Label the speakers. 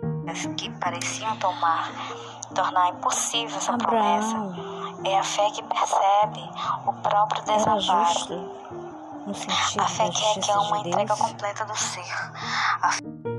Speaker 1: promessas que pareciam tomar, tornar impossível essa promessa. É a fé que percebe o próprio
Speaker 2: era
Speaker 1: desamparo.
Speaker 2: justo no sentido
Speaker 1: A fé
Speaker 2: da
Speaker 1: que requer
Speaker 2: justiça
Speaker 1: uma
Speaker 2: de
Speaker 1: entrega
Speaker 2: Deus.
Speaker 1: completa do ser. A